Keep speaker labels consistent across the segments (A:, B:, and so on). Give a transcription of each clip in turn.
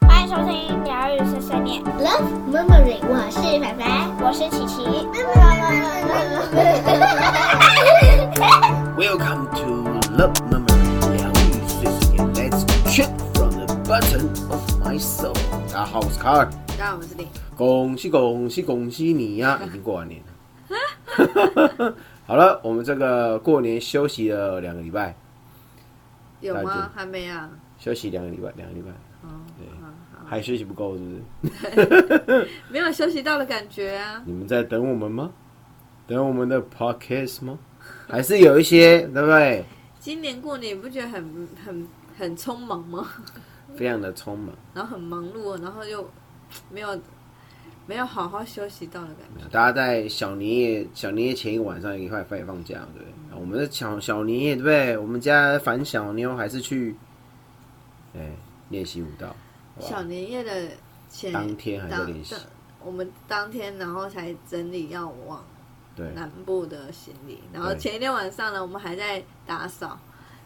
A: 收听疗愈碎碎念，
B: Love Memory，我是凡凡。
A: 我是琪琪。
C: Welcome to Love Memory 疗愈碎碎念，Let's check from the bottom of my soul。大家好，我是卡尔，
D: 大家好，我是李。
C: 恭喜恭喜恭喜你呀、已经过完年了。 好了，我们这个过年休息了两个礼拜，
D: 有
C: 大家
D: 吗
C: 好？
D: 还没啊。
C: 休息两个礼拜，两个礼拜
D: 哦，
C: 对
D: 好好，
C: 还休息不够是不是？
D: 没有休息到的感觉啊。
C: 你们在等我们吗？等我们的 podcast 吗？还是有一些对不对？
D: 今年过年你不觉得很很很匆忙吗？
C: 非常的匆忙，
D: 然后很忙碌，然后又没有没有好好休息到的感觉。
C: 大家在小年夜小年夜前一个晚上也快快放假，对不对？我们的小小年夜，对不对？我们家反小妞还是去，哎、练习舞蹈，好不好
D: 小年夜的前
C: 当天还在
D: 当
C: 练习
D: 当我们当天然后才整理要往
C: 对
D: 南部的行李，然后
C: 对
D: 前一天晚上呢，我们还在打扫，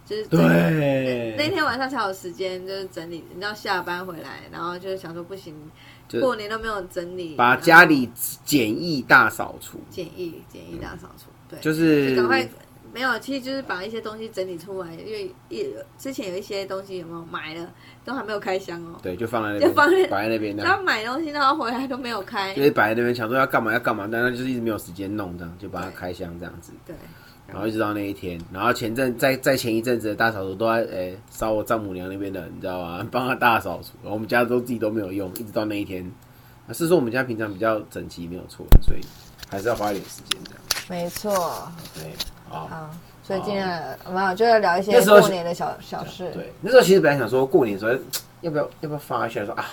D: 就是整
C: 对，
D: 那天晚上才有时间，就是整理。你知道下班回来，然后就是想说不行，
C: 就
D: 过年都没有整理，
C: 把
D: 然后
C: 家里简易大扫除，
D: 简易简易大扫除，对，
C: 就
D: 就是赶快没有，其实就是把一些东西整理出来，因为一之前有一些东西有没有买了，都还没有开箱哦，
C: 对，就放在那
D: 就
C: 边，
D: 放在
C: 摆在那边这
D: 然
C: 样
D: 后。买东西然后回来都没有开，
C: 就是摆在那边，想说要干嘛要干嘛，但他就是一直没有时间弄，这样就把它
D: 对
C: 开箱这样子，
D: 对，
C: 然后一直到那一天，然后前阵在在前一阵子的大扫除都在诶烧、我丈母娘那边的，你知道吗？ 帮她大扫除，然后我们家都自己都没有用，一直到那一天，啊是说我们家平常比较呃整齐没有错，所以还是要花一点时间这样。
E: 没错，
C: 对，啊，
E: 啊，所以今天的我们好就要聊一些
C: 那时候
E: 过年的小小事。
C: 对，那时候其实本来想说过年的时候要不要要不要发一下，说啊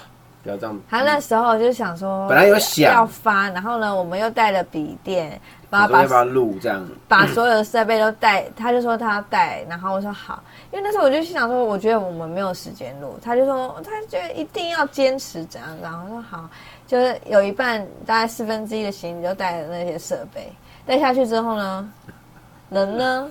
C: 不要这样，
E: 他那时候就想说，
C: 本来有想
E: 要发，然后呢，我们又带了笔电，然
C: 想
E: 后
C: 说要不要
E: 把
C: 录这样，
E: 把所有的设备都带，他就说他要带，然后我说好，因为那时候我就心想说，我觉得我们没有时间录，他就说他觉得一定要坚持怎样，然后我说好，就是有一半大概四分之一的行李就带了那些设备，带下去之后呢，人呢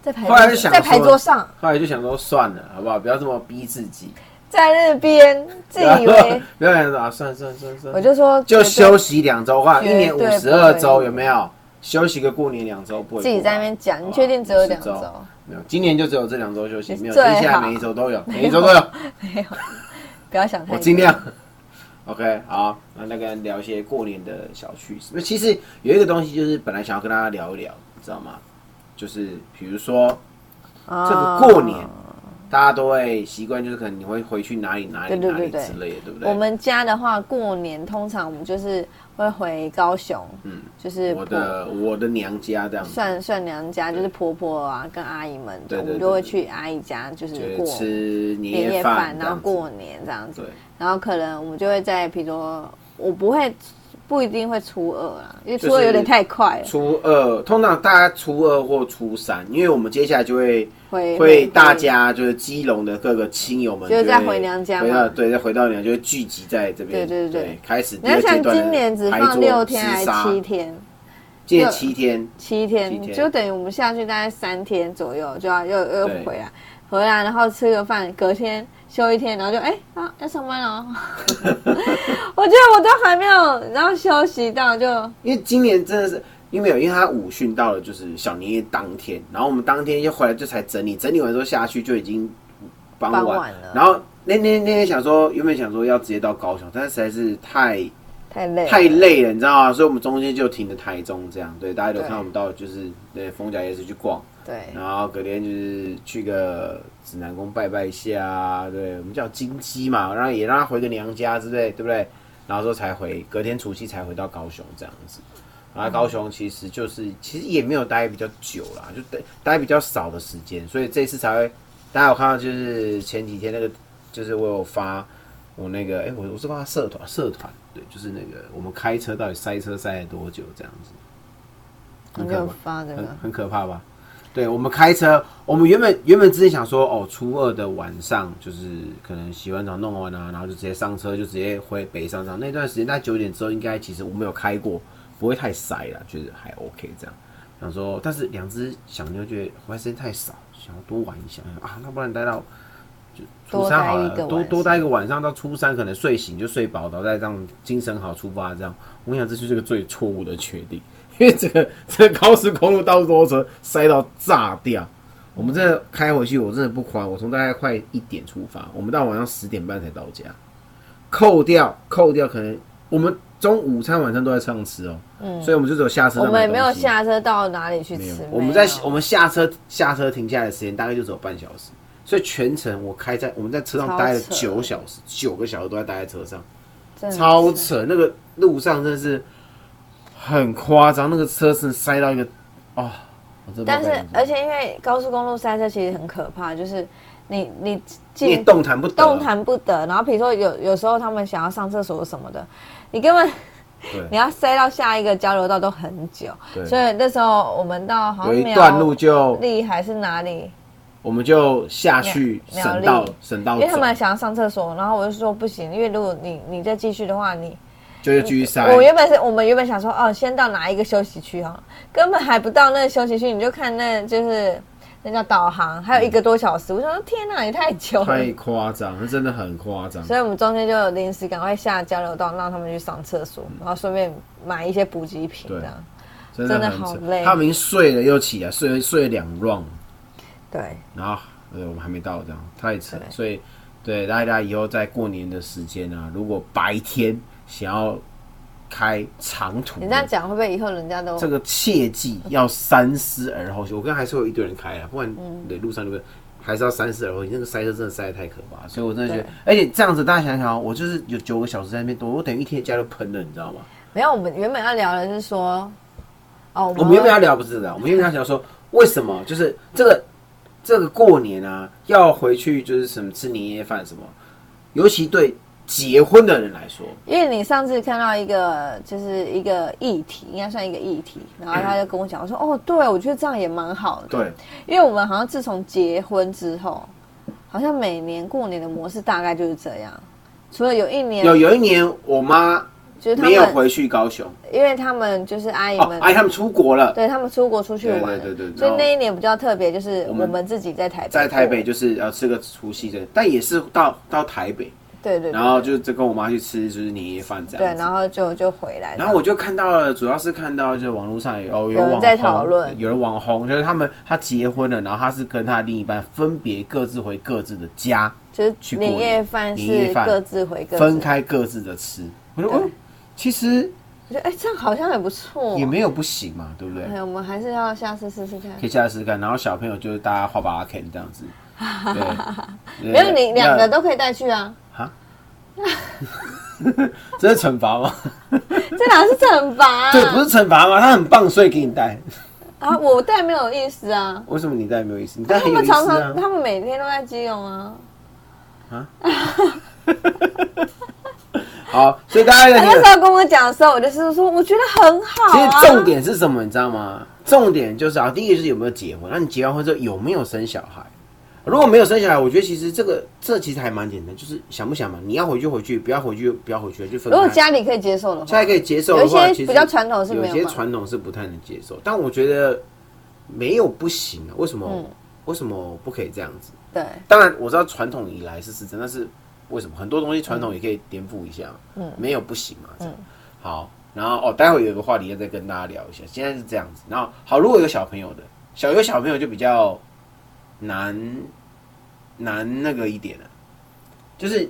E: 在牌
C: 后来就
E: 桌
C: 想
E: 在牌
C: 说
E: 桌上。
C: 后来就想说算了，好不好？不要这么逼自己，
E: 在那 边自以为，
C: 不要想说啊算了算了算了算了
E: 我。就说
C: 就
E: 绝对
C: 休息两周话，一
E: 绝
C: 年五
E: 对
C: 十
E: 不
C: 二
E: 会
C: 周有没有？休息个过年两周不会过吧？
E: 自己在那边讲，
C: 好吧
E: 你确定只有两
C: 50
E: 周？
C: 没有，今年就只有这两周休息，
E: 你
C: 没有，接
E: 最好
C: 下来每一周都有， 每一周都有，
E: 没有，不要想太
C: 我
E: 多。
C: 尽量。OK，好，那那个聊一些过年的小趣事。那其实有一个东西，就是本来想要跟大家聊一聊，你知道吗？就是比如说这个过年
E: 哦，
C: 大家都会习惯，就是可能你会回去哪里哪里
E: 对对
C: 哪里
E: 对对
C: 之类的，对不对？
E: 我们家的话，过年通常我们就是会回高雄，
C: 嗯，
E: 就是
C: 我
E: 婆
C: 的我的娘家这样子，
E: 算算娘家，就是婆婆啊跟阿姨们，
C: 对对
E: 我
C: 对
E: 们就会去阿姨家，就是
C: 就是
E: 过
C: 吃
E: 年
C: 年
E: 夜
C: 夜
E: 饭，
C: 饭，
E: 然后过。年这样子
C: 对。，
E: 然后可能我们就会在，比如说我不会不一定会初二啦，因为
C: 就是
E: 初二有点太快了，
C: 初二通常大家初二或初三，因为我们接下来就会
E: 会
C: 会大家就是基隆的各个亲友们
E: 就
C: 会，
E: 是再回娘家嘛
C: 回到对，再回到娘家就会聚集在这边，
E: 对对对
C: 开始第
E: 你要
C: 二阶
E: 像
C: 段
E: 今年只放六天还是七
C: 天？
E: 天？
C: 今年七天，
E: 七天
C: 七天
E: 就等于我们下去大概三天左右，就要又又
C: 对
E: 回来，回来然后吃个饭，隔天休一天，然后就哎、啊要上班了 哦。我觉得我都还没有，然后休息到就
C: 因为今年真的是。因为没有，因为他午训到了，就是小年夜当天，然后我们当天就回来就才整理，整理完之后下去就已经傍晚
E: 傍晚了
C: 然后那那那天想说，原本想说要直接到高雄，但是实在是太
E: 太累了
C: 太累了，你知道吗？所以我们中间就停了台中，这样对大家都
E: 对
C: 看到我们到就是对逢甲夜市去逛，
E: 对，
C: 然后隔天就是去个指南宫拜拜一下，啊对我们叫金鸡嘛，然后也让他回个娘家之类，对不对？然后之后才回，隔天除夕才回到高雄这样子。然后高雄其实就是其实也没有待比较久啦，就待待比较少的时间，所以这次才会大家有看到就是前几天那个就是我有发我那个哎、我我是发社团社团对，就是那个我们开车到底塞车塞了多久这样子。
E: 你就发这个
C: 很，很可怕吧？对我们开车，我们原本原本之前想说，哦，初二的晚上就是可能洗完澡弄完啊，然后就直接上车，就直接回北上上。那段时间在九点之后，应该其实我没有开过，不会太塞了，觉得还 OK 这样。想说，但是两只小妞觉得回来时间太少，想要多玩一下啊，那不然待到初三好
E: 多待一
C: 了
E: 个
C: 多
E: 晚
C: 多
E: 上
C: 待一个晚上，到初三可能睡醒就睡饱，然后再这样精神好出发，这样我想这就是个最错误的决定， 因为这个这个高速公路到处都是车塞到炸掉。我们这开回去，我真的不夸，我从大概快一点出发，我们到晚上十点半才到家，扣掉扣掉，可能我们中午餐晚餐都在车上吃哦，嗯，所以我们就只有下车
E: 我
C: 上
E: 们
C: 买
E: 也
C: 东西，
E: 没有下车到哪里去
C: 没有
E: 吃，，
C: 我们在我们下车下车停下来的时间大概就只有半小时，所以全程我开在我们在车上
E: 超
C: 待了
E: 扯
C: 九小时，九个小时都在待在车上，
E: 真的
C: 超
E: 是
C: 扯。那个路上真的是很夸张，那个车是塞到一个哦，我真的不知道
E: 但是
C: 该怎么说
E: 而且因为高速公路塞车其实很可怕，就是你你
C: 你也
E: 进
C: 动弹不得啊
E: 动弹不得，然后比如说有有时候他们想要上厕所什么的，你根本
C: 对
E: 你要塞到下一个交流道都很久，
C: 对
E: 所以那时候我们到好像
C: 有一
E: 苗
C: 段路就
E: 栗还是哪里，
C: 我们就下去
E: 苗
C: 省道
E: 苗栗
C: 省道
E: 因
C: 走
E: 为，他们想要上厕所，然后我就说不行，因为如果你你再继续的话，你
C: 就是继续塞。
E: 我原本是我们原本想说，哦，先到哪一个休息区哈，根本还不到那个休息区，你就看那就是那叫导航，还有一个多小时。我想说，天哪，也太久了
C: 太。夸张，那真的很夸张。
E: 所以我们中间就临时赶快下交流道，让他们去上厕所，然后顺便买一些补给品，
C: 对
E: 这样。
C: 真
E: 真的
C: 很
E: 好
C: 扯
E: 累
C: 他们已经睡了又起来，睡了睡了两 round，
E: 对，
C: 然后呃我们还没到这样，太扯。
E: 对
C: 所以对大家以后在过年的时间啊，如果白天想要开长途的，
E: 你这样讲会不会以后人家都
C: 这个切记要三思而后行。我看还是会有一堆人开啊，不然
E: 嗯
C: 对路上就会还是要三思而后行。那个塞车真的塞得太可怕了，所以我真的觉得
E: 对，
C: 而且这样子大家想想哦，我就是有九个小时在那边多，我等于一天的假都喷了，你知道吗？
E: 没有？我们原本要聊的是说，哦，
C: 我们原本要聊不是的，我们原本要聊说为什么就是这个这个过年啊，要回去就是什么吃年夜饭什么，尤其对结婚的人来说，
E: 因为你上次看到一个就是一个议题，应该算一个议题，然后他就跟我讲，我说哦，对，我觉得这样也蛮好的。
C: 对，
E: 因为我们好像自从结婚之后，好像每年过年的模式大概就是这样，除了有一年
C: 有有一年我妈
E: 就是他
C: 没有
E: 们，
C: 回去高雄，
E: 因为他们就是阿姨
C: 哦
E: 们，，
C: 哎，他们出国了，
E: 对他们出国出去玩，
C: 对对对对
E: 所
C: 然
E: 以
C: 后
E: 那一年比较特别，就是
C: 我
E: 我
C: 们
E: 们自己在台北，
C: 在台北，就是要吃个除夕的，但也是到到台北，
E: 对对对，
C: 然后就就跟我妈去吃就是年夜饭这
E: 对，
C: 样子。
E: 然后就就回来，
C: 然后我就看到了，主要是看到就是网络上有有
E: 有人
C: 网
E: 在
C: 红
E: 讨论
C: 有人网红就是他们他结婚了，然后他是跟他的另一半分别各自回各自的家，
E: 就是
C: 去过
E: 年夜饭
C: 年
E: 是
C: 夜饭
E: 各自回各自
C: 分，开各自的吃。我说，
E: 对
C: 嗯，其实
E: 我觉得哎，这样好像也不错，
C: 也没有不行嘛，对不对？
E: 哎，我们还是要下次试试看
C: 可。以下次试看，然后小朋友就是大家画把阿 Ken 这样 子，对，
E: 没有，你两个
C: 都
E: 都可以带去啊，
C: 这是惩罚吗？
E: 这哪是惩罚啊？
C: 对，不是惩罚吗？他很棒，所以给你带。
E: 啊，我带没有意思啊。
C: 为什么你带没有意思？你带
E: 他
C: 很有
E: 们
C: 意思
E: 常常，
C: 啊！
E: 他们每天都在基隆啊。
C: 好，所以大家在
E: 他
C: 听
E: 那时候跟我讲的时候，我就是说，我觉得很好
C: 其实
E: 啊。
C: 重点是什么，你知道吗？重点就是啊，第一个就是有没有结婚，那你结完婚之后有没有生小孩？如果没有生小孩，我觉得其实这个这其实还蛮简单，就是想不想嘛？你要回去回去，不要回去不要回去，就分
E: 如
C: 开。
E: 果家里可以接受的
C: 现在
E: 话，
C: 可以接受的话，
E: 有一些
C: 其实
E: 比较传统是没有
C: 有些
E: 办法
C: 传统是不太能接受，但我觉得没有不行啊。为什么？
E: 嗯
C: 为什么不可以这样子？
E: 对，
C: 当然我知道传统以来是是真，但是为什么很多东西传统也可以颠覆一下？嗯，没有不行嘛。这样好，然后哦，待会有一个话题要再跟大家聊一下。现在是这样子，然后好，如果有小朋友的，小有小朋友就比较难难那个一点了，就是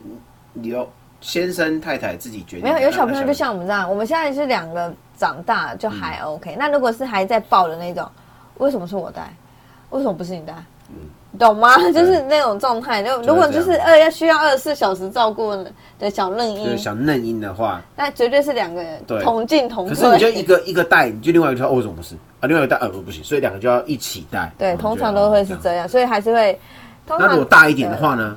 C: 你有先生太太自己决定。
E: 没有有小朋友
C: 那
E: 就像我们这样，我们现在是两个长大
C: 嗯
E: 就还 OK。那如果是还在抱的那种，为什么是我带？为什么不是你带？
C: 嗯
E: 懂吗？ 就是那种状态。就如果就是二要需要二十四小时照顾的小嫩
C: 就是
E: 婴，
C: 想嫩婴的话，
E: 那绝对是两个人
C: 对
E: 同进同
C: 可是你就
E: 退。
C: 一个一个带，你就另外一个说哦，为什么不是啊？另外一个带呃不不行，所以两个就要一起带。
E: 对，
C: 我觉得
E: 通常都会是
C: 哦
E: 这样，所以还是会。通
C: 那
E: 常
C: 如果大一点的话呢，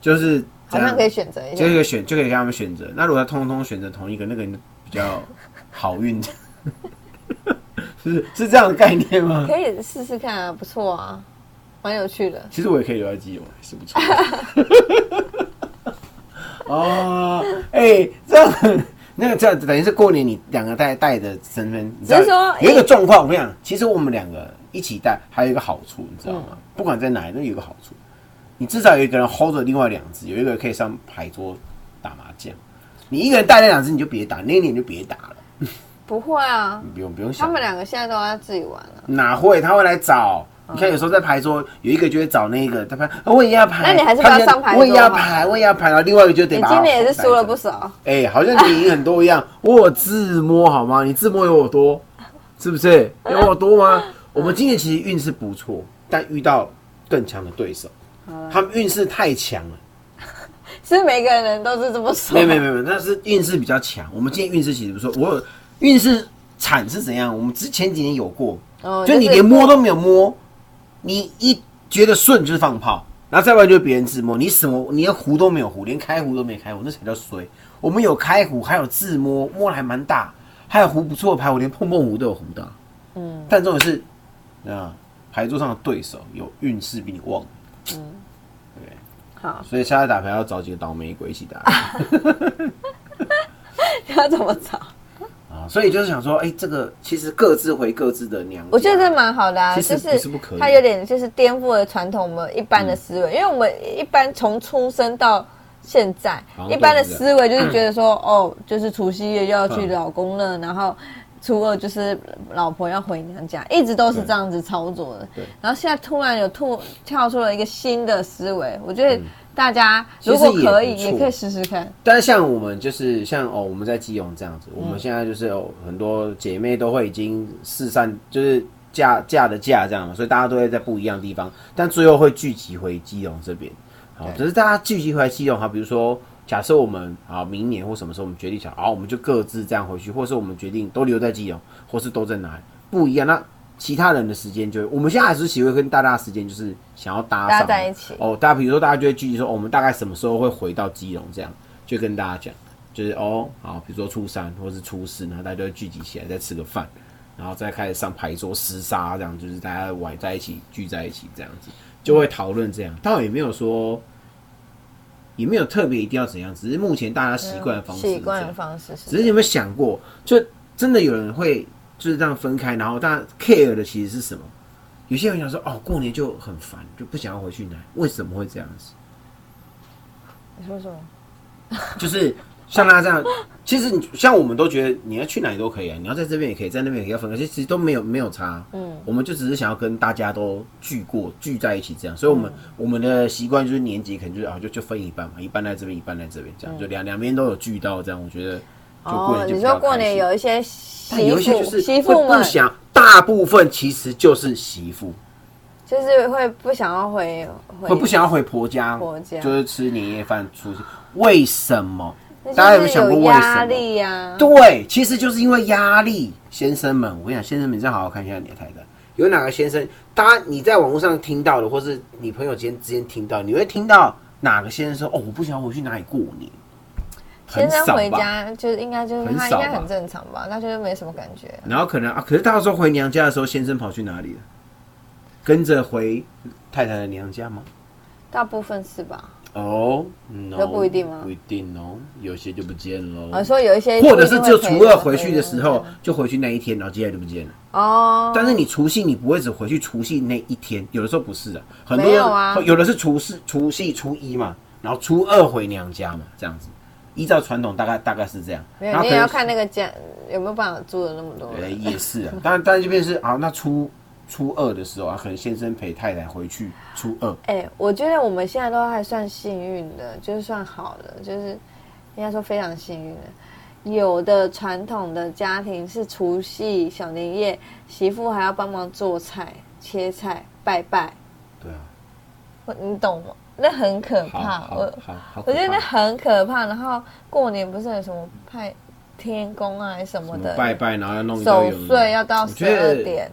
C: 就是
E: 好
C: 怎样
E: 像可以选择一
C: 就
E: 下。
C: 可以选，就可以给他们选择。那如果他通通选择同一个，那个人比较好运， 是是这样的概念吗？
E: 可以试试看啊，不错啊，蛮有趣的。
C: 其实我也可以留在基隆，是不错。 哦，哎、这样很那个这样等于是过年你两个带带的身份，你知道
E: 只是说哎
C: 有一个状况，我
E: 嗯
C: 跟你讲，其实我们两个一起带还有一个好处，你知道吗？不管在哪里都有一个好处，你至少有一个人 hold 着另外两只，有一个人可以上牌桌打麻将。你一个人带那两只你就别打，那一年就别打了，
E: 不会啊
C: 你，不嗯用不用想。
E: 他们两个现在都要自己玩了、
C: 哪会？他会来找。
E: 哦
C: 你看，有时候在牌桌，有一个就会找那个，他拍，啊我也要牌，
E: 那你还是不要
C: 他就
E: 上牌桌
C: 我也要
E: 好了
C: 牌，我也要牌，然后另外一个就得
E: 你
C: 把他
E: 今年也是输
C: 带
E: 了
C: 走
E: 不少，
C: 哎、好像你赢很多一样。我有自摸好吗？你自摸有我多，是不 是？有我多吗？我们今年其实运势不错，但遇到更强的对手，
E: 啊
C: 他们运势太强了。
E: 是每个人都是这么说。
C: 没有没有没有，那是运势比较强。我们今天运势其实不错。我有运势惨是怎样？我们之前几年有过，
E: 哦
C: 就你连摸都没有摸，你一觉得顺就是放炮，然后再不然就是别人自摸，你什么你连胡都没有胡，连开胡都没开胡，那才叫衰。我们有开胡，还有自摸，摸的还蛮大，还有胡不错的牌，我连碰碰胡都有胡的。嗯，但重点是，啊，牌桌上的对手有运势比你旺。
E: 好，
C: 所以下次打牌要找几个倒霉鬼一起打
E: 要怎么找？
C: 啊！所以就是想说，哎、这个其实各自回各自的娘家
E: 我觉得这蛮好的啊，
C: 其实
E: 就
C: 不是不可以嗯
E: 它有点就是颠覆了传统我们一般的思维，因为我们一般从出生到现在
C: 好像，
E: 一般的思维就是觉得说，哦，就是除夕夜要
C: 嗯
E: 去老公那，然后初二就是老婆要回娘家，一直都是这样子操作的
C: 对。
E: 然后现在突然有突跳出了一个新的思维，我觉得大家
C: 嗯其实
E: 如果
C: 也
E: 可以，
C: 不错
E: 也可以试试看。
C: 但是像我们就是像哦，我们在基隆这样子，我们现在就是有很多姐妹都会已经四散，就是嫁嫁的嫁这样嘛，所以大家都会在不一样的地方，但最后会聚集回基隆这边。好，只是大家聚集回来基隆，好，比如说假设我们啊明年或什么时候我们决定想，啊，我们就各自这样回去，或是我们决定都留在基隆，或是都在哪里不一样那。其他人的时间就会，我们现在还是习惯跟大家的时间就是想要搭
E: 大
C: 上
E: 家在一起
C: 哦。大家比如说大家就会聚集说、哦我们大概什么时候会回到基隆这样，就跟大家讲，就是哦，好，比如说初三或是初四，然后大家就会聚集起来再吃个饭，然后再开始上牌桌厮杀，这样就是大家玩在一起聚在一起这样子，就
E: 嗯
C: 会讨论这样，倒也没有说，也没有特别一定要怎样，只是目前大家习惯的方式是这
E: 嗯习
C: 样，
E: 惯的方式是
C: 只是你有没有想过，就真的有人会就是这样分开，然后大家 care 的其实是什么？有些人想说，哦，过年就很烦，就不想要回去奶，为什么会这样子？
E: 你说什么？
C: 就是像他这样，其实你像我们都觉得你要去哪里都可以啊，你要在这边也可以，在那边也可以要分开，其实其实都没有没有差。嗯，我们就只是想要跟大家都聚过聚在一起这样，所以我们、
E: 嗯
C: 我们的习惯就是年节可能就是啊就就分一半嘛，一半在这边，一半在这边，这样、就两两边都有聚到这样，我觉得就过年就
E: 嗯哦你
C: 比较
E: 说过
C: 开
E: 年
C: 心
E: 有一些
C: 但
E: 媳
C: 有一些就
E: 妇
C: 是
E: 媳
C: 会
E: 妇
C: 不
E: 们。
C: 想，大部分其实就是媳妇
E: 就是会不想要回回
C: 会不想要回婆家，
E: 婆家
C: 就是吃年夜饭出去。为什么？
E: 那就是
C: 大家有没有想过为
E: 压
C: 什么？
E: 力呀、
C: 对，其实就是因为压力，先生们，我跟你讲，先生们，你再好好看一下你的太太，有哪个先生，大家你在网络上听到的，或是你朋友间之间听到，你会听到哪个先生说，哦，我不想回去哪里过年，
E: 先
C: 很
E: 生
C: 少
E: 回
C: 吧
E: 家就是应该就是
C: 很
E: 他应
C: 少
E: 该
C: 吧
E: 很正常吧，他就是没什么感觉。
C: 然后可能啊，可是到时候回娘家的时候，先生跑去哪里了？跟着回太太的娘家吗？
E: 大部分是吧？
C: 哦，no,
E: 都不一定吗
C: 不一定啊哦，有些就不见喽。
E: 我、说有一些
C: 嗯或者是
E: 不一
C: 就
E: 定
C: 除
E: 会陪
C: 了
E: 着
C: 回去的时候
E: 回娘家
C: 就回去那一天，然后接下来就不见了。
E: 哦，
C: 但是你除夕你不会只回去除夕那一天，有的时候不是的，很多
E: 没
C: 人哦
E: 有啊
C: 有的是除夕除夕初一嘛，然后初二回娘家嘛，这样子。依照传统大概大概是这样，
E: 没
C: 然
E: 有
C: 后
E: 你
C: 可
E: 也要
C: 能
E: 看那个家有没有办法住的那么多
C: 呃，
E: 人。
C: 也是啊，当然，当然这边是啊，那初初二的时候啊，可能先生陪太太回去初二，
E: 哎、我觉得我们现在都还算幸运的，就是算好的，就是应该说非常幸运的。有的传统的家庭是除夕、小年夜，媳妇还要帮忙做菜、切菜、拜拜，
C: 对啊，
E: 我你懂吗？那很可
C: 好
E: 怕，
C: 好
E: 我
C: 好好可怕，
E: 我觉得那很可怕。然后过年不是有什么派天公啊还是什么
C: 什
E: 的
C: 么拜拜，然后要弄一堆
E: 守
C: 有的
E: 岁要到
C: 我
E: 十
C: 觉得
E: 二点，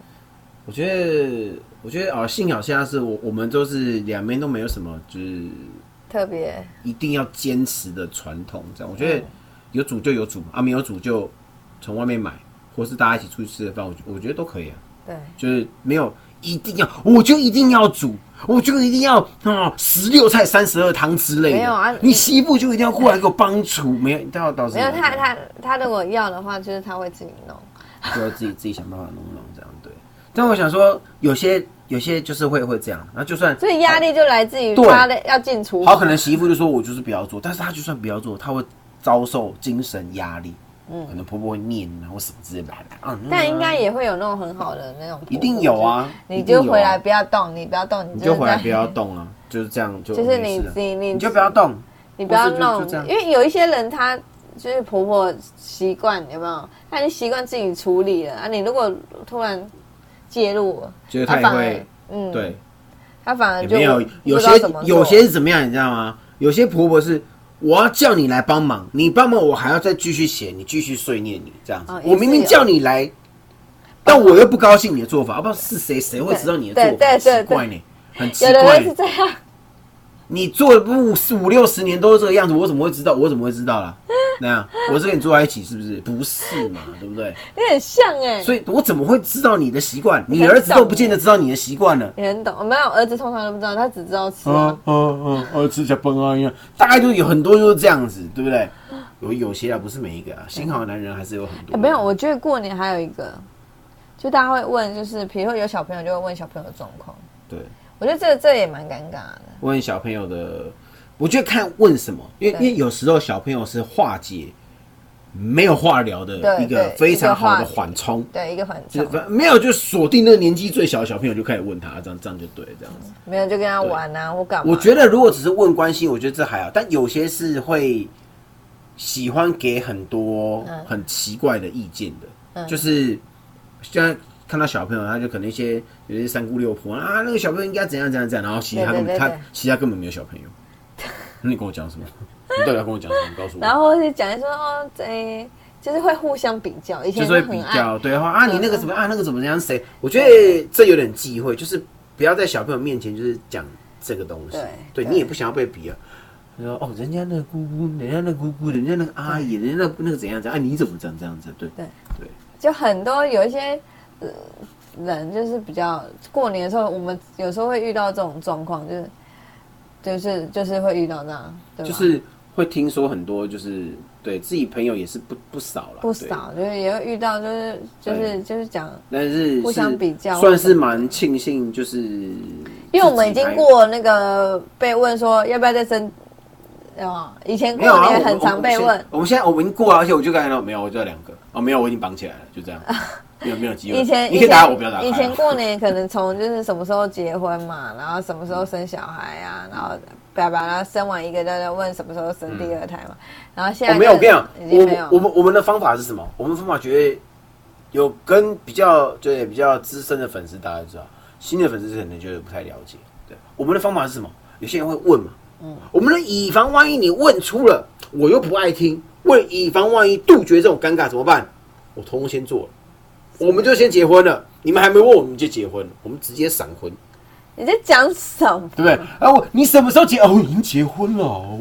C: 我觉得，我觉得哦，幸好现在是我我们都是两边都没有什么就是
E: 特别
C: 一定要坚持的传统，这样我
E: 嗯
C: 觉得有煮就有煮啊，没有煮就从外面买，或是大家一起出去吃个饭，我觉我觉得都可以啊，
E: 对。
C: 就是没有一定要，我就一定要煮。我就一定要啊，十、六菜三十二汤之类的。
E: 没有啊
C: 你媳妇就一定要过来给我帮厨，没有，到到时
E: 没有他，他他如果要的话，就是他会自己弄。
C: 就要自己自己想办法弄弄这样对。但我想说，有些有些就是会会这样，然后就算
E: 所以压力就来自于
C: 对
E: 他的要进厨
C: 好，
E: 房，
C: 可能媳妇就说我就是不要做，但是她就算不要做，她会遭受精神压力，嗯，可能婆婆会念啊或什么之类的，啊，嗯
E: 但应该也会有那种很好的那种婆婆，
C: 一定有啊，
E: 就是你
C: 一定有
E: 就
C: 啊
E: 回来，不要动，你不要动，
C: 你
E: 是
C: 就回来
E: 在
C: 不要，动啊，就是这样就
E: 就是
C: 没
E: 你
C: 事了
E: 你你
C: 你就不要动，
E: 你不要
C: 或是就
E: 弄
C: 就这，样
E: 因为有一些人他就是婆婆习惯有没有？他已经习惯自己处理了啊，你如果突然介入了，
C: 就是她也
E: 反而
C: 会
E: 嗯，，
C: 对，
E: 他反而
C: 也
E: 就
C: 没有
E: 不
C: 有
E: 知道
C: 些
E: 怎么做
C: 有些是怎么样，你知道吗？有些婆婆是。我要叫你来帮忙，你帮忙我还要再继续写，你继续碎念你这样子。
E: 哦也是
C: 我明明
E: 有
C: 叫你来，但我又不高兴你的做法，哦要不知道是谁谁会知道你的
E: 对
C: 做法，
E: 对对
C: 很奇怪呢，很奇
E: 有的
C: 怪
E: 人
C: 呢
E: 是。这样，
C: 你做了五四五六十年都是这个样子，我怎么会知道？我怎么会知 道啦？那样，我是跟你坐在一起是不是？不是嘛，对不对？
E: 你很像哎、
C: 所以我怎么会知道你的习惯？
E: 你
C: 你
E: 很
C: 儿子
E: 懂
C: 都不见得知道你的习惯了。
E: 你很懂，我没有儿子通常都不知道，他只知道吃啊。
C: 啊啊！吃下崩啊一样，大概就有很多就是这样子，对不对？有有些啊，不是每一个啊，心好的男人还是有很
E: 欸
C: 多。啊
E: 没有，我觉得过年还有一个，就大家会问，就是比如说有小朋友就会问小朋友的状况，
C: 对
E: 我觉得这这也蛮尴尬的。
C: 问小朋友的，我觉得看问什么，因为因为有时候小朋友是化解没有话聊的
E: 对
C: 一个
E: 对
C: 非
E: 一个
C: 常好的
E: 话题
C: 缓冲。
E: 对，一个很
C: 就是反没有，就锁定那个年纪最小的小朋友就开始问他，这样这样就对，这样子。
E: 没有就跟他玩啊，我干嘛？
C: 我觉得如果只是问关心，我觉得这还好，但有些是会喜欢给很多
E: 嗯
C: 很奇怪的意见的，
E: 嗯
C: 就是现在。看到小朋友，他就可能一些有些三姑六婆啊，那个小朋友应该怎样怎样怎样，然后其实他根本
E: 对对对
C: 他其实他根本没有小朋友，那你跟我讲什么？你到底要跟我讲什么？你告诉我。
E: 然后是讲说哦，这、就是会互相比较，以
C: 就
E: 前
C: 是会
E: 都
C: 比
E: 很嗯爱
C: 较对话啊，你那个怎么啊，那个怎么样谁？我觉得这有点忌讳，就是不要在小朋友面前就是讲这个东西对
E: 对，对
C: 你也不想要被比啊。你说哦，人家那个姑姑，人家那个姑姑，人家那个阿姨，人家那那个怎样怎样，啊，你怎么这样这样子？对
E: 对
C: 对，
E: 就很多有一些、呃、人就是比较过年的时候，我们有时候会遇到这种状况，就是就是就是会遇到这样，对吧？
C: 就是会听说很多，就是对自己朋友也是不不少了，
E: 不
C: 对
E: 少，就是也会遇到，就是就是就是讲，
C: 但是
E: 互相
C: 是
E: 比较
C: 算是蛮庆幸，就是因
E: 因为我们已经过那个被问说要不要再生，啊，以前
C: 没有
E: 过
C: 啊，
E: 年
C: 我
E: 很常被问，
C: 我们现在我们现在我们已经过了，而且我就刚才到没有，我就两个哦，没有，我已经绑起来了，就 这样，没有没有机会。
E: 以前
C: 你可以打我，不要打开啊。
E: 以前过年可能从就是什么时候结婚嘛，然后什么时候生小孩啊，然后爸爸然后生完一个，大家问什么时候生第二胎嘛，然后现
C: 嗯
E: 在
C: 哦我没有，我
E: 就
C: 跟你讲
E: 已，经没有
C: 我我们我们的方法是什么？我们方法绝对有跟比较对比较资深的粉丝大家知道，新的粉丝可能觉得不太了解。对，我们的方法是什么？有些人会问嘛，嗯，我们的以防万一你问出了，我又不爱听，为以防万一杜绝这种尴尬怎么办？我通通先做了，我们就先结婚了，你们还没问我们就结婚了，我们直接闪婚。
E: 你在讲什么？
C: 对不对？啊，我你什么时候结？哦，已经结婚了哦，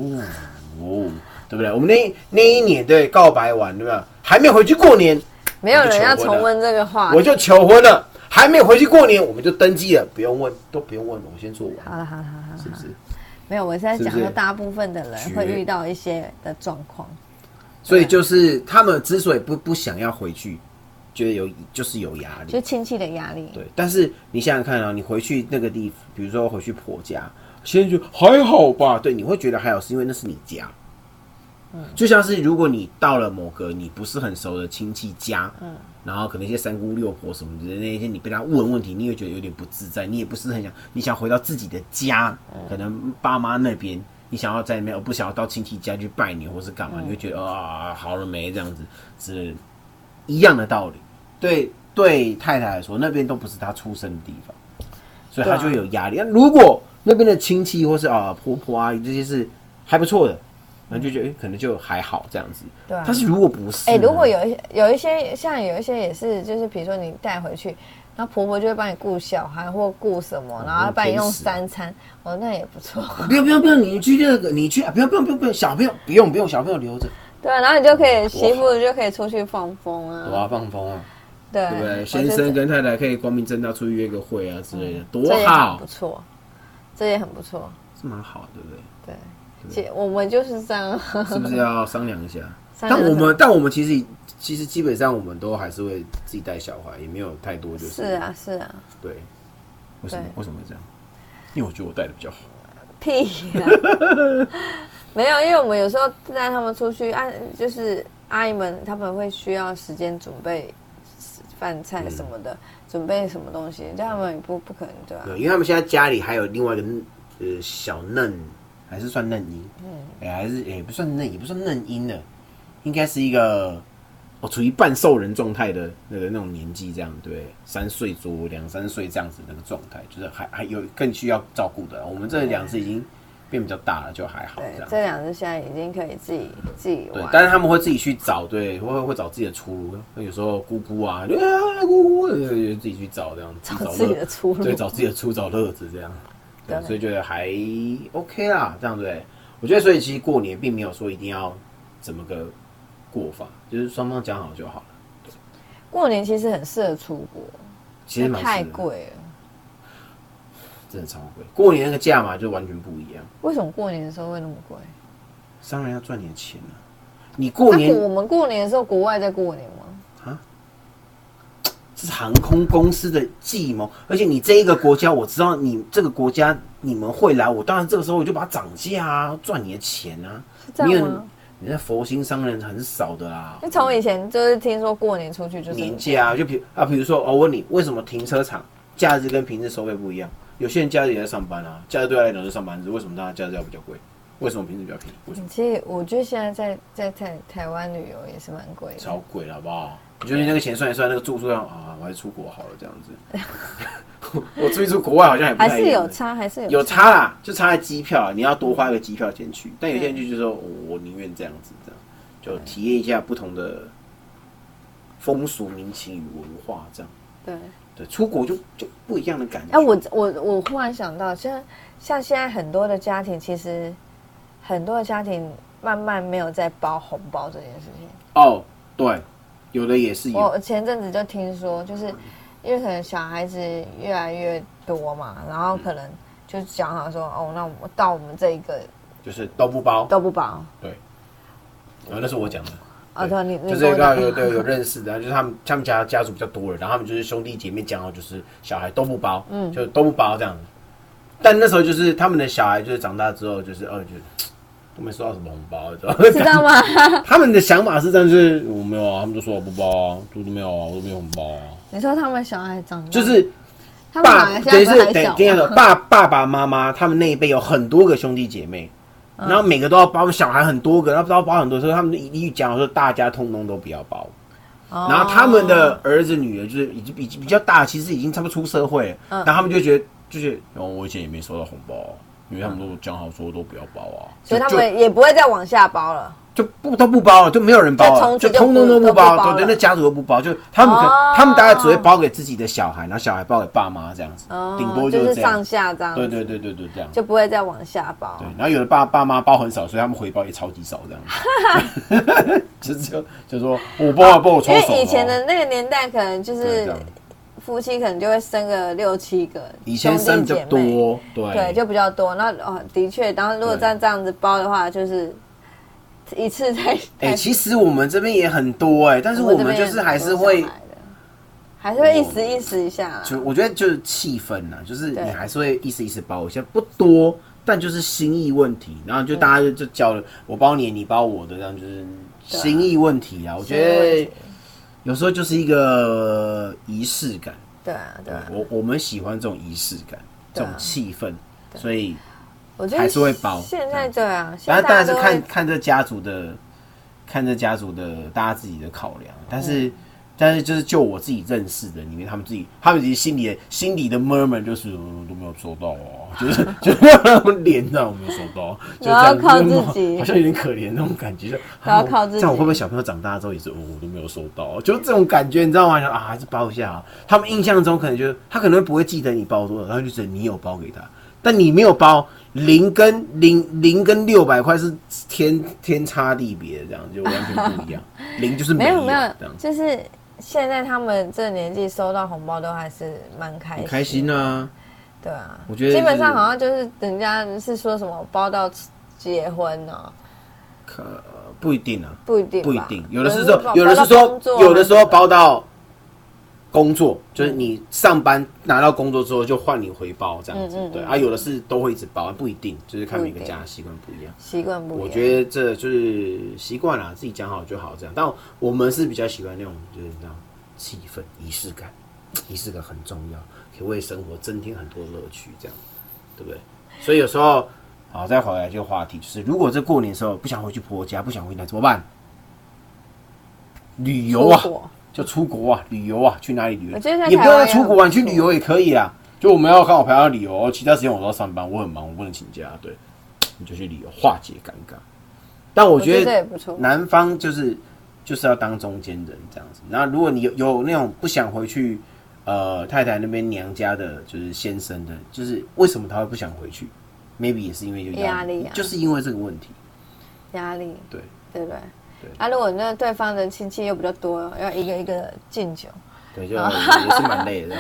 C: 哦，对不对？我们那一那一年对告白完，对吧？还没有回去过年，
E: 没有人要重温这个话
C: 我
E: 题。
C: 就求婚了；还没有回去过年，我们就登记了，不用问，都不用问，我先做
E: 好
C: 完，
E: 了好了好了，好了
C: 是不是？
E: 没有，我是在
C: 是
E: 讲
C: 不
E: 说
C: 是
E: 大部分的人
C: 绝
E: 会遇到一些的状况，
C: 嗯所以就是他们之所以不不想要回去，觉得有就是有压力
E: 就是，亲戚的压力。
C: 对。但是你想想看啊，你回去那个地，比如说回去婆家，先觉得还好吧，对，你会觉得还好，是因为那是你家。就像是如果你到了某个你不是很熟的亲戚家，然后可能一些三姑六婆什么的那些，你被他问问题，你也觉得有点不自在，你也不是很想，你想回到自己的家，可能爸妈那边，你想要在那边，而不想要到亲戚家去拜年或是干嘛，你会觉得啊、好了没这样子之类的，一样的道理。对对，太太来说，那边都不是她出生的地方，所以她
E: 对啊
C: 就会有压力。那如果那边的亲戚或是啊婆婆阿姨这些是还不错的，然后就觉得、诶可能就还好这样子。
E: 对啊
C: 但是如果不是呢，
E: 哎、如果有一些有一些像有一些也是，就是比如说你带回去，然后婆婆就会帮你顾小孩或顾什
C: 哦
E: 么，然后帮你用
C: 啊
E: 三餐，哦，那也不 错。
C: 不用不用不用，你去那个，你去，啊不用不用不用不用，小朋友不用不用，小朋友留着，
E: 对啊，然后你就可以媳妇就可以出去放风
C: 我
E: 啊，
C: 要放风啊，
E: 对
C: 对不对？
E: 我
C: 先
E: 觉得
C: 生跟太太可以光明正大出去约个会啊之类的，
E: 嗯这
C: 多
E: 也很
C: 好
E: 不，错，这也很不错。
C: 是蛮好，对不对？
E: 对，其实我们就是这样，啊
C: 是不是要商量一下？
E: 商
C: 但
E: 量
C: 我
E: 什么
C: 们但我们其实其实基本上我们都还是会自己带小孩，也没有太多就是
E: 啊是啊，
C: 对，为什么
E: 对
C: 为什么会这样？因为我觉得我带的比较好。
E: 屁啦， 没有，因为我们有时候带他们出去，啊，就是阿姨们他们会需要时间准备饭菜什么
C: 嗯
E: 的，准备什么东西，但他们也不不可能对吧、
C: 对，因为他们现在家里还有另外一个呃小嫩，还是算嫩婴，
E: 嗯
C: 哎、还是也、不算嫩，也不算嫩婴的，应该是一个我处于半兽人状态的那个那种年纪，这样对，三岁左右，两三岁这样子的那个状态，就是还还有更需要照顾的。我们这两只已经变比较大了，就还好这
E: 对，
C: 样子。
E: 这两只现在已经可以自己自己
C: 对
E: 玩，，
C: 但是他们会自己去找，对，会会找自己的出路。那有时候姑姑啊，就啊姑姑，对对对自己去找这样，自乐
E: 找自己的出路
C: 对，找自己的出找乐子这样。对，
E: 对
C: 所以觉得还 OK 啦，这样对。我觉得，所以其实过年并没有说一定要怎么个过法，就是双方讲好就好了。
E: 过年其实很适合出国，
C: 其实蛮
E: 太
C: 适合的，
E: 贵了。
C: 真的超贵。过年那个价嘛，就完全不一样。
E: 为什么过年的时候会那么贵？
C: 商人要赚你的钱啊！你过年
E: 啊我们过年的时候，国外在过年吗？
C: 这是航空公司的计谋，而且你这一个国家，我知道你这个国家你们会来，我当然这个时候我就把它涨价啊，赚你的钱啊。
E: 是这
C: 你
E: 样
C: 很
E: 吗？
C: 你那佛心商人很少的啦
E: 因，为从以前就是听说过年出去就是
C: 年假啊，就比啊，比如说哦，我问你为什么停车场假日跟平日收费不一样？有些人假日也在上班啊，假日对他来讲是上班族，为什么大家假日要比较贵？为什么平时比较便宜？为什么
E: 嗯其实我觉得现在在在台台湾旅游也是蛮贵的，
C: 超贵了好不好？你就是那个钱算一算，那个住宿要啊，我还是出国好了这样子。 我住一住国外好像也不太
E: 还是
C: 一样
E: 有差，还是有
C: 有差啦，就差在机票啊，你要多花一个机票钱去。但有些人就觉得说，哦我宁愿这样子，这样就体验一下不同的风俗民情与文化，这样
E: 对。
C: 对，出国就就不一样的感觉。
E: 哎、我我我忽然想到，像像现在很多的家庭，其实很多的家庭慢慢没有在包红包这件事情。
C: 哦，对，有的也是有，
E: 我前阵子就听说，就是因为可能小孩子越来越多嘛，然
C: 嗯
E: 后可能就讲好说，哦，那我们到我们这一个
C: 就是都不包。
E: 都不包。
C: 然后那是我讲的，
E: 哦，对，你你
C: 就是
E: 跟
C: 有
E: 我讲
C: 有对有认识的，啊就是他们他们家家族比较多人，然后他们就是兄弟姐妹讲好，就是小孩都不包，嗯，就都不包这样。但那时候就是他们的小孩，就是长大之后，就是哦，就都没收到什么红包，知道吗？
E: 知道吗？
C: 他们的想法是这样，就是我没有啊，他们就说我不包啊，我都没有啊，我都没有红包啊，
E: 你说他们小孩长大，
C: 就是
E: 他们小
C: 爸
E: 孩
C: 等于
E: 现在
C: 是
E: 不还
C: 等
E: 小啊
C: 等一下
E: 吗？
C: 说，爸爸爸妈妈他们那一辈有很多个兄弟姐妹，
E: 嗯
C: 然后每个都要包，小孩很多个，然后都要包很多，所以他们一律讲说大家通通都不要包。
E: 哦
C: 然后他们的儿子女儿就是已经已经比较大，其实已经差不多出社会了，然后他们就觉得就是，哦，我以前也没收到红包啊，因为他们都讲好说都不要包啊，
E: 所以他
C: 就
E: 们也不会再往下包了。
C: 就不都不包了，啊就没有人包
E: 就
C: 了，
E: 从
C: 就
E: 此就
C: 通通
E: 不
C: 都
E: 都
C: 不
E: 不
C: 包
E: 包
C: 了，
E: 了
C: 对，那家族都不包，就他们可
E: 哦
C: 他们大概只会包给自己的小孩，然后小孩包给爸妈这样子
E: 哦，，
C: 顶多
E: 就是
C: 这样
E: 上。下这样，
C: 对对对对对，这样。
E: 就不会再往下包。
C: 对，然后有的爸爸妈包很少，所以他们回报也超级少，这样子，就 就就说我包啊包我抽
E: 因
C: 手
E: 为
C: 哦
E: 以前的那个年代，可能就
C: 对
E: 是
C: 这样
E: 夫妻可能就会生个六七个，
C: 以前生比较，多，哎对
E: 对，就比较多。那哦，的确，然后如果
C: 对
E: 再这样子包的话，就是一次太
C: 哎、
E: 太
C: 其实我们这边也很多哎、但是我
E: 这
C: 们
E: 边
C: 就是还是
E: 很多啊
C: 会
E: 小孩的，还是会一时一时一下啦。
C: 就我觉得就是气氛呐、就是
E: 对
C: 你还是会意思意思包一下，不多，但就是心意问题。然
E: 嗯
C: 后就大家就就交了，我包你，你包我的，这样就是心意问题啊。我觉
E: 心意问
C: 得
E: 题
C: 有时候就是一个仪式感，
E: 对啊，对啊，
C: 我我们喜欢这种仪式感，这
E: 对啊
C: 种气氛，所以
E: 我觉得
C: 还是会包
E: 现在对啊，现
C: 当
E: 在
C: 然当然
E: 大家
C: 是
E: 都
C: 看
E: 会
C: 看这家族的，看这家族的大家自己的考量，但是。
E: 嗯
C: 但是就是就我自己认识的里面，他们自己他们自己心里的心里的 murmur 就是、呃都没有收到哦，就是 就是他们脸上我没有收 到，就这样
E: 然后靠
C: 就是
E: 自己
C: 好像有点可怜那种感觉，就
E: 然后靠自己
C: 这样我会不会小朋友长大之后也是、哦、我都没有收到，就这种感觉你知道吗？就啊还是包一下、啊，他们印象中可能就是他可能不会记得你包多少，然后就觉得你有包给他，但你没有 包，零跟零零跟六百块是天天差地别，这样就完全不一样。零就是
E: 没
C: 有
E: 有没有
C: 这样，，
E: 就是现在他们这年纪收到红包都还是蛮开
C: 很
E: 心，
C: 开心啊！
E: 对啊，
C: 我觉得
E: 基本上
C: 是
E: 好像就是人家是说什么包到结婚哦，
C: 可不一定啊，
E: 不一定吧，
C: 不一定，有的是
E: 人
C: 说，有的
E: 包
C: 是
E: 到工啊
C: 说，
E: 作
C: 有的时候包到工作，就是你上班拿到工作之后就换你回包这样子，
E: 嗯嗯嗯
C: 对啊，有的是都会一直包，不一定，就是看每
E: 不
C: 个
E: 一定
C: 家的习惯不一样。
E: 习惯不一样。
C: 我觉得这就是习惯啦，自己讲好就好这样。但我们是比较喜欢那种就是那种气氛、仪式感，仪式感很重要，可以为生活增添很多乐趣，这样对不对？所以有时候，好再回来这个话题，就是如果这过年的时候不想回去婆家，不想回来怎么办？旅游啊
E: 出，国
C: 就出国啊，旅游啊，去哪里旅游？
E: 我觉得在
C: 也不
E: 台
C: 要
E: 湾
C: 出国啊，你去旅游也可以啊。就我们要刚好排到旅游，其他时间我都要上班，我很忙，我不能请假。对，你就去旅游化解尴尬。但我
E: 我觉
C: 觉
E: 得这也
C: 得
E: 不错。
C: 南方就是就是要当中间人这样子。那如果你有有那种不想回去呃太太那边娘家的，就是先生的，就是为什么他会不想回去？maybe 也是因为有
E: 压力啊
C: 就是因为这个问题。
E: 压力，
C: 对
E: 对不对？
C: 对
E: 啊，如果那对方的亲戚又比较多，要一个一个敬酒，
C: 对，就
E: 哦
C: 也是蛮累的。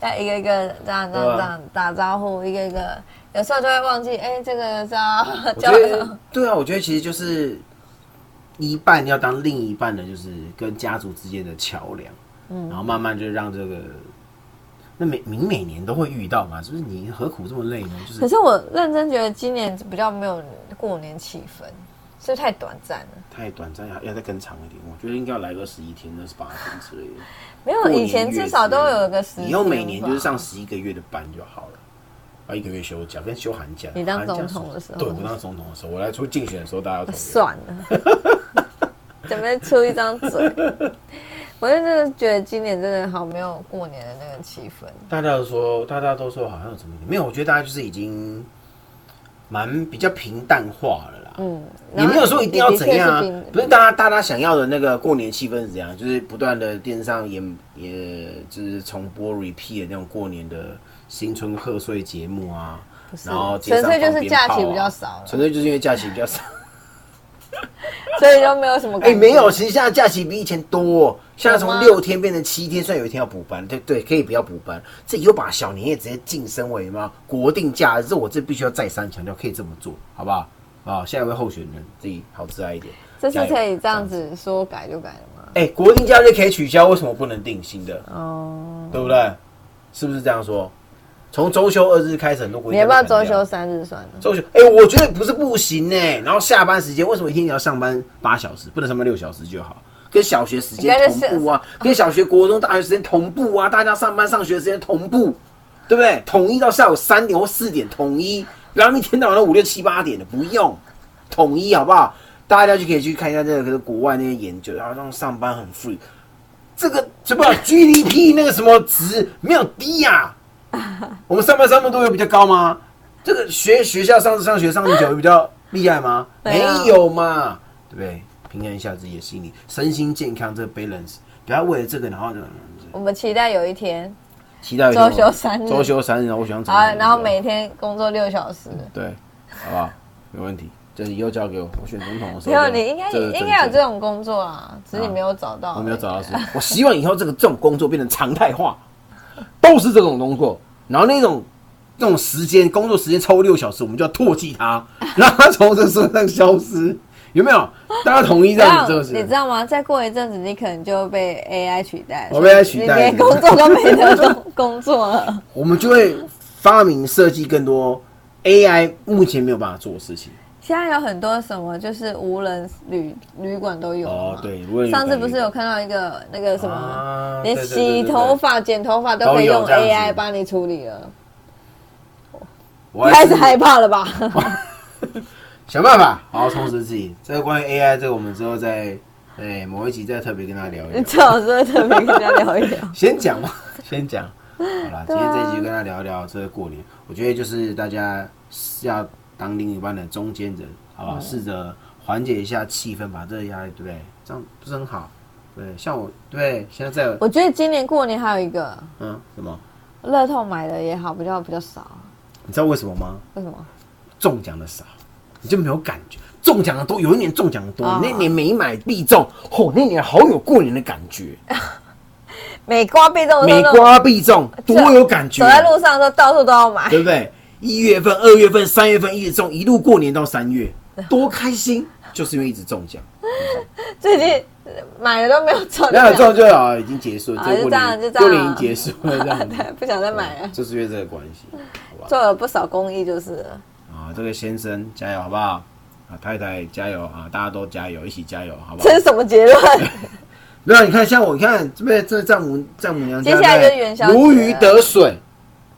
E: 要一个一个这样这
C: 对啊
E: 样这样打招呼，一个一个，有时候就会忘记，哎，这个是要
C: 我
E: 叫
C: 觉
E: 什
C: 得
E: 么？
C: 对啊，我觉得其实就是一半要当另一半的，就是跟家族之间的桥梁，嗯，然后慢慢就让这个。那每你每年都会遇到嘛，就是你何苦这么累呢？就是
E: 可是我认真觉得今年比较没有过年气氛，是不是太短暂了？
C: 太短暂，要要再更长一点。我觉得应该要来个十一天、二十八天之类的。
E: 没有
C: 过年
E: 以前
C: 月
E: 至少都有个
C: 之
E: 十
C: 类的
E: 天吧。
C: 以后每年就是上十一个月的班就好了，啊，一个月休假跟休寒假。
E: 你当
C: 寒假
E: 总统的时候啊哦
C: 对我当总统的时候，我来出竞选的时候，大家都同意
E: 算了， 准备出一张嘴。我真的觉得今年真的好没有过年的那个气氛。
C: 大家都说，大家都说好像有什么没有？我觉得大家就是已经蛮比较平淡化了啦。
E: 嗯，
C: 也没有说一定要怎样啊
E: 的确是，比
C: 不是大家大家想要的那个过年气氛是怎样？就是不断的电视上也也就是重播 repeat 的那种过年的新春贺岁节目啊，
E: 是
C: 然后街
E: 纯
C: 上
E: 粹就
C: 放
E: 是
C: 鞭
E: 假期
C: 炮啊
E: 比较少了，
C: 纯粹就是因为假期比较少。
E: 所以就没有什么
C: 哎、
E: 感觉。
C: 没有，其实现在假期比以前多、现在从
E: 有吗
C: 六天变成七天，虽然有一天要补班，对对，可以不要补班，这又把小年夜直接晋升为嘛国定假日，这我这必须要再三强调，可以这么做，好不好？啊，下一位候选人自己好自爱一点，
E: 这是可
C: 加油
E: 以这样。子说改就改的吗？
C: 哎、国定假日可以取消，为什么不能定新的？
E: 哦，
C: 对不对？是不是这样说？从周休二日开始，很多国
E: 你
C: 定假
E: 要
C: 日
E: 不要
C: 砍掉
E: 周休三日算了？
C: 周休，哎、我觉得不是不行呢、然后下班时间为什么一天也要上班八小时，不能上班六小时就好？跟小学时间同步啊，跟小学、国中、大学时间同步啊，大家上班上学时间同步，对不对？统一到下午三点或四点统一，不要一天到晚都五六七八点的，不用统一好不好？大家就可以去看一下这个国外那些研究，然后让上班很 free。这个什么 GDP 那个什么值没有低呀、我们上班上班都有比较高吗？这个学学校上上学上久有比较厉害吗？没
E: 没有
C: 有嘛，对不对？平衡一下自己的心理，身心健康这个 balance，不要为了这个然后就
E: 我们期待有一天，
C: 期待有一天我
E: 周休三日
C: 周休三日，然后我想怎
E: 好
C: 么样
E: 啊，
C: 怎么样
E: 然后每天工作六小时。
C: 对，好不好？没问题，这以后交给我，我选总统的时
E: 没
C: 候
E: 有，
C: 就，
E: 你应该
C: 个
E: 应该有
C: 政
E: 这
C: 见
E: 种工作啊，只是你没有找到而已。
C: 我没有找到
E: 哦
C: 是，我希望以后这个这种工作变成常态化，都是这种工作，然后那种那种时间工作时间超过六小时，我们就要唾弃 它，让它从这身上消失，有没有？大家同意这样子，这
E: 这样
C: 个
E: 你
C: 是
E: 知道吗？再过一阵子，你可能就被 AI 取代，
C: 哦我被 AI 取代
E: 你连工作都没得工工作了。
C: 我们就会发明设计更多 AI 目前没有办法做的事情。
E: 现在有很多什么就是无人旅旅馆都有
C: 哦
E: 嘛，
C: 对无人旅馆
E: 上次不是有看到一个那个什么，
C: 啊
E: 连
C: 对对对
E: 洗
C: 对对
E: 头发、剪头发都可以
C: 都有
E: 用
C: 这样子
E: AI 帮你处理了，
C: 我还
E: 开
C: 是
E: 始害怕了吧？
C: 想办法好好充实自己。这个关于 AI 这个，我们之后再哎某一集再特别跟大家聊一聊。。
E: 最好是特别跟大家聊一聊
C: 先讲吧， 先讲。好啦，
E: 啊
C: 今天这一集就跟大家聊一聊这个过年，我觉得就是大家要当另一半的中间人，好
E: 嗯
C: 吧，试着缓解一下气氛，把这个压力，对不对？这样不是很好？对，像我，对，现在在
E: 我觉得今年过年还有一个
C: 嗯什么？
E: 乐透买的也好，比较比较少，
C: 你知道为什么吗？
E: 为什么？
C: 中奖的少，你就没有感觉。中奖的多，有一年中奖的多，
E: 啊
C: 你那年没买必中，吼、那年好有过年的感觉，
E: 美瓜被动
C: 每刮必中，多有感觉
E: 走。在路上都到处都要买，
C: 对不对？一月份、二月份、三月份一直 中，一路过年到三月，多开心！就是因为一直中奖，
E: 最近买了都没有中，
C: 没有中就好，已经结束了，
E: 啊就
C: 过
E: 这样
C: 年
E: 就这样
C: 过年已经结束了这样子，
E: 对，不想再买了，
C: 就是因为这个关系，好吧？
E: 做了不少公益就是了。
C: 啊，这个先生加油好不好？啊，太太加油啊，大家都加油，一起加油好不好
E: 这？是什么结论？
C: 没有，你看像我，你看这边这丈母丈母娘家，
E: 接下来
C: 对
E: 就是元宵节嗯
C: 如鱼得水，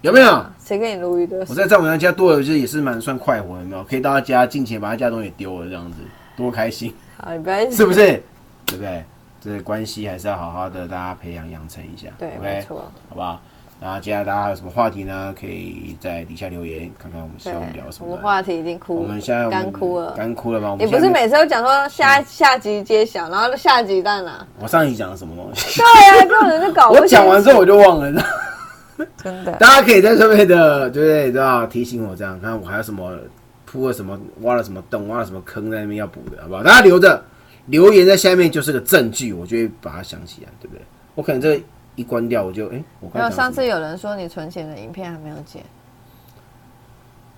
C: 有没有？
E: 谁跟你鲈鱼的
C: 我？在丈母娘家多了，就是也是蛮算快活，有没有？可以到她家尽情把她家东西丢了，这样子多开心，
E: 好，你不要一直
C: 是不是？ 对不对？这个关系还是要好好的，大家培养养成一下，
E: 对，没
C: OK，
E: 错。
C: 好不好？然后接下来大家还有什么话题呢？可以在底下留言，看看我们希
E: 对
C: 望聊，什
E: 我
C: 么
E: 们。话题已经哭，
C: 我们现在我们
E: 干哭了。
C: 干哭了吗？我
E: 你
C: 们
E: 不
C: 现
E: 是
C: 在嗯
E: 每次都讲说下下集揭晓，然后下集在哪？
C: 我上一集讲了什么东西？
E: 对呀、这种人就搞不清楚
C: 我讲完之后我就忘了。
E: 真的
C: 大家可以在上面的，对不对？对吧？提醒我这样，看我还有什么铺了什么，挖了什么洞，挖了什么坑在那边要补的，好不好？大家留着留言在下面就是个证据，我就会把它想起来，对不对？我可能这一关掉，我就哎、我
E: 没
C: 刚
E: 有，
C: 刚讲
E: 上
C: 了什
E: 次
C: 么
E: 有人说你存钱的影片还没有剪，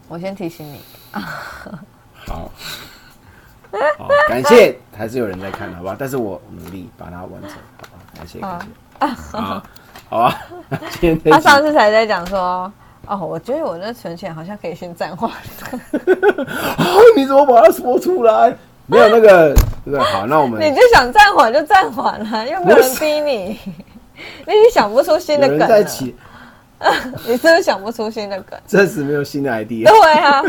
E: 我先提醒你。
C: 好。好，感谢还是有人在看，好吧？但是我努力把它完成，好吧？感谢感谢，好，好啊。今天这
E: 他
C: 一集
E: 上次才在讲说，哦，我觉得我那存钱好像可以先暂缓。
C: 哦，你怎么把它说出来？没有那个，对不对？好，那我们
E: 你就想暂缓就暂缓了，又没有人逼你，你已经想不出新的
C: 有
E: 梗
C: 人
E: 了
C: 在。起，
E: 你是不是想不出新的 梗？
C: 暂时没有新的 idea，
E: 对啊，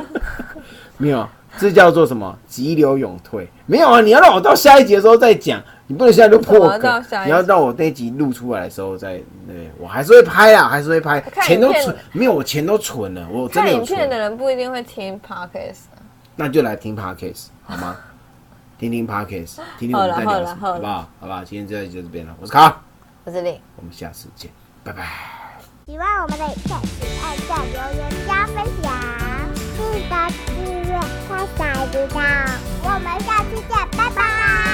C: 没有，这叫做什么？急流勇退。没有啊，你要让我到下一集的时候再讲，你不能现在就破
E: 我要到
C: 梗
E: 下一。集
C: 你要让我那一集录出来的时候再，对我还是会拍啊，还是会拍，
E: 看
C: 钱都
E: 影片
C: 存，没有我钱都存了，我真
E: 看
C: 的有
E: 影片的
C: 存，
E: 人不一定会听 podcast。
C: 那就来听 podcast 好吗？ 听听 podcast，听听我
E: 好
C: 们
E: 了
C: 在
E: 好
C: 聊
E: 了
C: 什么，
E: 好了
C: 好不好？好不好？今天这一集就到这边了，我是卡尔，
E: 我是令，
C: 我们下次见，拜拜。
A: 喜欢我们的影片，请按赞、留言、加分享，记得订阅，开小铃铛。我们下次见，拜拜